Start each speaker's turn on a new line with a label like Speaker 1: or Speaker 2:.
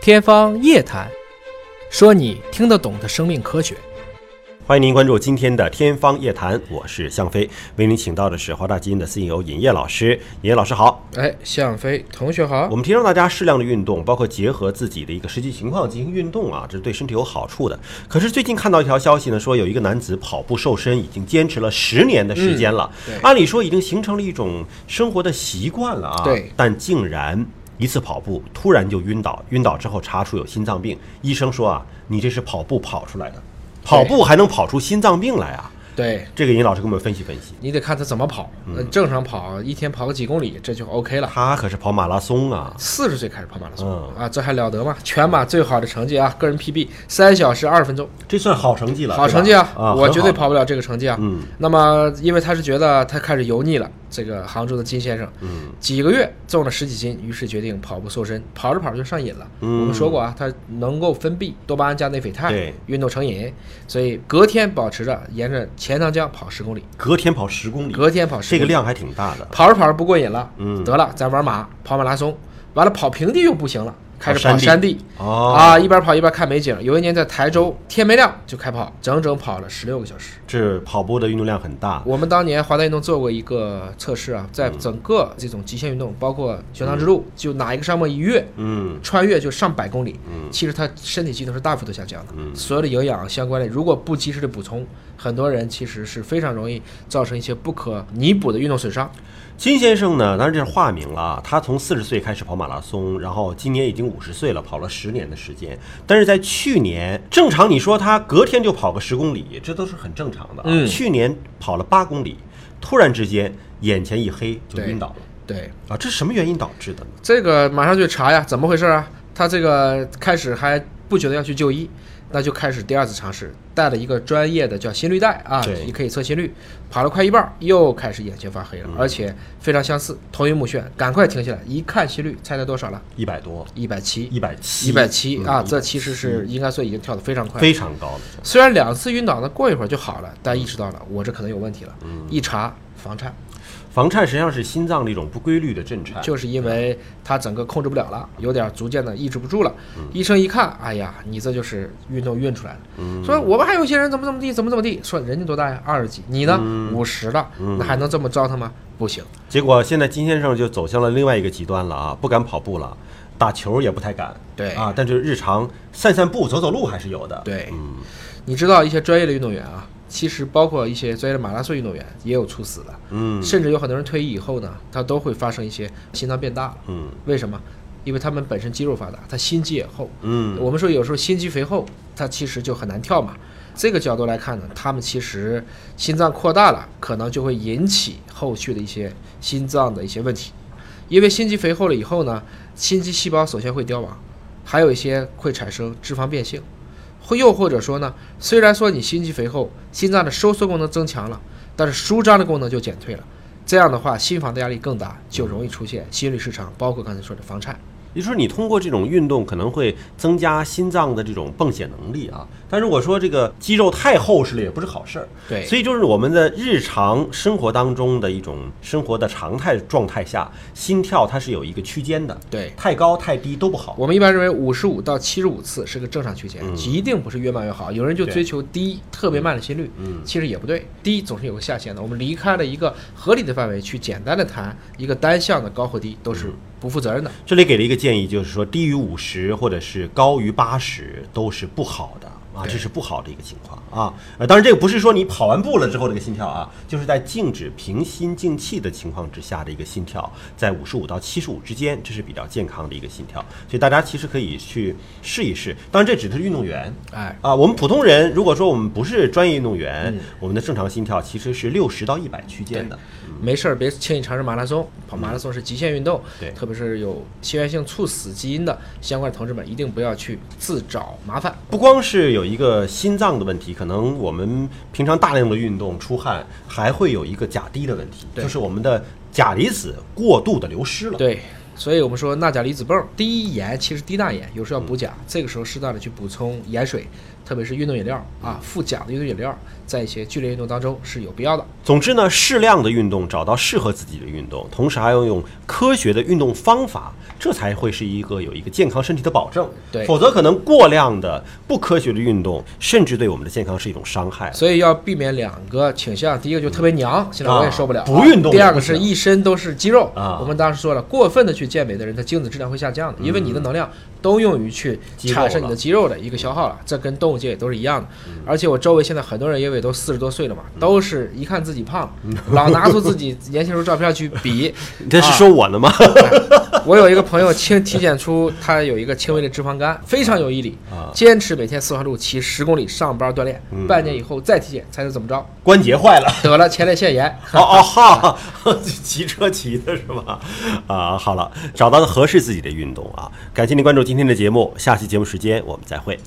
Speaker 1: 天方夜谭，说你听得懂的生命科学。
Speaker 2: 欢迎您关注今天的《天方夜谭》，我是向飞，为您请到的是华大基因的 CEO 尹烨老师。尹烨老师好，
Speaker 1: 哎，向飞同学好
Speaker 2: 我，们提倡大家适量的运动，包括结合自己的一个实际情况进行运动啊，这是对身体有好处的。可是最近看到一条消息呢，说有一个男子跑步瘦身已经坚持了十年的时间了，
Speaker 1: 嗯对
Speaker 2: 按理说已经形成了一种生活的习惯了啊，
Speaker 1: 对
Speaker 2: 但竟然。一次跑步突然就晕倒，晕倒之后查出有心脏病，医生说啊，你这是跑步跑出来的，跑步还能跑出心脏病来啊？
Speaker 1: 对
Speaker 2: 这个尹老师给我们分析分析，
Speaker 1: 你得看他怎么跑，
Speaker 2: 嗯
Speaker 1: 呃正常跑一天跑个几公里，这就 OK 了。
Speaker 2: 他可是跑马拉松啊，
Speaker 1: 四十岁开始跑马拉松、
Speaker 2: 嗯
Speaker 1: 啊，这还了得吗？全马最好的成绩啊，个人 PB 三小时二分钟，
Speaker 2: 这算好成绩了，
Speaker 1: 好
Speaker 2: 对吧
Speaker 1: 成绩啊！
Speaker 2: 啊，
Speaker 1: 我
Speaker 2: 很
Speaker 1: 绝对
Speaker 2: 好
Speaker 1: 跑不了这个成绩啊。
Speaker 2: 嗯
Speaker 1: 那么，因为他是觉得他开始油腻了，这个杭州的金先生，
Speaker 2: 嗯，
Speaker 1: 几个月重了十几斤，于是决定跑步瘦身，跑着跑着就上瘾了。
Speaker 2: 嗯
Speaker 1: 我们说过啊，它能够分泌多巴胺加内啡肽
Speaker 2: 对，
Speaker 1: 运动成瘾，所以隔天保持着沿着钱塘江跑十公里，
Speaker 2: 隔天跑十公里，
Speaker 1: 隔天跑十
Speaker 2: 嗯这
Speaker 1: 公
Speaker 2: 个
Speaker 1: 里，
Speaker 2: 量还挺大的，
Speaker 1: 跑着跑着不过瘾了，
Speaker 2: 嗯
Speaker 1: 得了，咱玩马，跑马拉松，完了跑平地又不行了，开始
Speaker 2: 跑
Speaker 1: 跑
Speaker 2: 山
Speaker 1: 山地。
Speaker 2: 哦
Speaker 1: 啊，一边跑一边看美景。有一年在台州，天没亮就开跑，整整跑了十六个小时。
Speaker 2: 这跑步的运动量很大，
Speaker 1: 我们当年华大运动做过一个测试啊，
Speaker 2: 嗯
Speaker 1: 在整个这种极限运动，包括悬塘之路，就哪一个沙漠一越，
Speaker 2: 嗯
Speaker 1: 穿越就上百公里，
Speaker 2: 嗯
Speaker 1: 其实他身体机能是大幅度下降的。
Speaker 2: 嗯
Speaker 1: 所有的营养相关的，如果不及时的补充，很多人其实是非常容易造成一些不可弥补的运动损伤。
Speaker 2: 金先生呢，当然这是化名了啊，他从四十岁开始跑马拉松，然后今年已经五十岁了，跑了十年的时间。但是在去年，正常你说他隔天就跑个十公里，这都是很正常的啊。
Speaker 1: 嗯
Speaker 2: 去年跑了八公里，突然之间眼前一黑就
Speaker 1: 对
Speaker 2: 晕倒了
Speaker 1: 对，
Speaker 2: 啊，这是什么原因导致的呢？
Speaker 1: 这个马上就查呀，怎么回事啊？他这个开始还不觉得要去就医，那就开始第二次尝试，带了一个专业的叫心率带啊
Speaker 2: 对，
Speaker 1: 你可以测心率，跑了快一半儿，又开始眼前发黑了，而且非常相似，头晕目眩，赶快停下来，一看心率，猜猜多少了？
Speaker 2: 一百多，
Speaker 1: 一百七，
Speaker 2: 一百七，
Speaker 1: 一百七
Speaker 2: 嗯
Speaker 1: 啊，这其实是应该说已经跳得非常快了。
Speaker 2: 非常高了。这
Speaker 1: 虽然两次晕倒呢，过一会儿就好了，但意识到了我这可能有问题了，一查房颤，
Speaker 2: 房颤实际上是心脏的一种不规律的震颤，
Speaker 1: 就是因为他整个控制不了了，
Speaker 2: 嗯
Speaker 1: 有点逐渐的抑制不住了。医生一看，哎呀，你这就是运动运出来
Speaker 2: 嗯
Speaker 1: 的。说我们还有些人怎么怎么地，怎么怎么地，说人家多大呀，二十几，你呢，
Speaker 2: 嗯
Speaker 1: 五十了，那还能这么糟蹋吗？不行，
Speaker 2: 结果现在金先生就走向了另外一个极端了啊，不敢跑步了，打球也不太敢。
Speaker 1: 对
Speaker 2: 啊，但就是日常散散步、走走路还是有的。
Speaker 1: 对
Speaker 2: 嗯，
Speaker 1: 你知道一些专业的运动员啊，其实包括一些专业的马拉松运动员也有猝死的，
Speaker 2: 嗯
Speaker 1: 甚至有很多人退役以后呢，他都会发生一些心脏变大了。
Speaker 2: 嗯
Speaker 1: 为什么？因为他们本身肌肉发达，他心肌也厚。
Speaker 2: 嗯，
Speaker 1: 我们说有时候心肌肥厚，它其实就很难跳嘛。这个角度来看呢，他们其实心脏扩大了，可能就会引起后续的一些心脏的一些问题。因为心肌肥厚了以后呢，心肌细胞首先会凋亡，还有一些会产生脂肪变性，或又或者说呢，虽然说你心肌肥厚，心脏的收缩功能增强了，但是舒张的功能就减退了。这样的话，心房的压力更大，就容易出现心律失常，包括刚才说的房颤。
Speaker 2: 也就是说你通过这种运动可能会增加心脏的这种泵血能力啊，但如果说这个肌肉太厚实了，也不是好事儿。
Speaker 1: 对
Speaker 2: 所以就是我们的日常生活当中的一种生活的常态状态下，心跳它是有一个区间的，
Speaker 1: 对，
Speaker 2: 太高太低都不好。
Speaker 1: 我们一般认为五十五到七十五次是个正常区间，一定不是越慢越好。有人就
Speaker 2: 嗯对
Speaker 1: 追求低特别慢的心率，
Speaker 2: 嗯
Speaker 1: 其实也不对，低总是有个下限的。我们离开了一个合理的范围去简单的谈一个单项的高和低，都是
Speaker 2: 嗯
Speaker 1: 不负责任的。
Speaker 2: 这里给了一个建议，就是说低于五十或者是高于八十都是不好的啊，
Speaker 1: 对
Speaker 2: 这是不好的一个情况啊。呃，当然这个不是说你跑完步了之后这个心跳啊，就是在静止、平心静气的情况之下的一个心跳，在五十五到七十五之间，这是比较健康的一个心跳。所以大家其实可以去试一试，当然这只是运动员。
Speaker 1: 哎，嗯
Speaker 2: 啊，我们普通人如果说我们不是专业运动员，我们的正常心跳其实是六十到一百区间的。
Speaker 1: 没事儿，别轻易尝试马拉松，跑马拉松是极限运动，
Speaker 2: 嗯对
Speaker 1: 特别是有心源性猝死基因的相关的同志们，一定不要去自找麻烦。
Speaker 2: 不光是有一个心脏的问题，可能我们平常大量的运动出汗，还会有一个钾低的问题，
Speaker 1: 对
Speaker 2: 就是我们的钾离子过度的流失了。
Speaker 1: 对，所以我们说钠钾离子泵，第一盐其实低钠盐，有时候要补钾，这个时候适当的去补充盐水，特别是运动饮料啊，富钾的运动饮料，在一些剧烈运动当中是有必要的。
Speaker 2: 总之呢，适量的运动，找到适合自己的运动，同时还要用科学的运动方法，这才会是一个有一个健康身体的保证。
Speaker 1: 对
Speaker 2: 否则可能过量的不科学的运动，甚至对我们的健康是一种伤害。
Speaker 1: 所以要避免两个倾向，第一个就特别娘，现在我也受不了，
Speaker 2: 啊不运动
Speaker 1: 第二个
Speaker 2: 也
Speaker 1: 是
Speaker 2: 不行
Speaker 1: 一身都是肌肉
Speaker 2: 啊嗯
Speaker 1: 我们当时说了，过分的去健美的人，他精子质量会下降的，因为你的能量都用于去
Speaker 2: 肌肉
Speaker 1: 产生你
Speaker 2: 了
Speaker 1: 的肌肉的一个消耗了，这跟动物界也都是一样的。
Speaker 2: 嗯
Speaker 1: 而且我周围现在很多人因为都四十多岁了嘛，都是一看自己胖，
Speaker 2: 嗯
Speaker 1: 老拿出自己年轻时候照片去 比。
Speaker 2: 你这是说我呢吗？
Speaker 1: 我有一个朋友轻体检出他有一个轻微的脂肪肝，非常有毅力
Speaker 2: 啊，嗯
Speaker 1: 坚持每天四环路骑十公里上班锻炼，半年以后再体检才是怎么着。
Speaker 2: 关节坏了。
Speaker 1: 得了前列腺炎，
Speaker 2: 哦哦哈， 骑车骑的是吧？啊，好了，找到合适自己的运动啊！感谢您关注今天的节目，下期节目时间我们再会。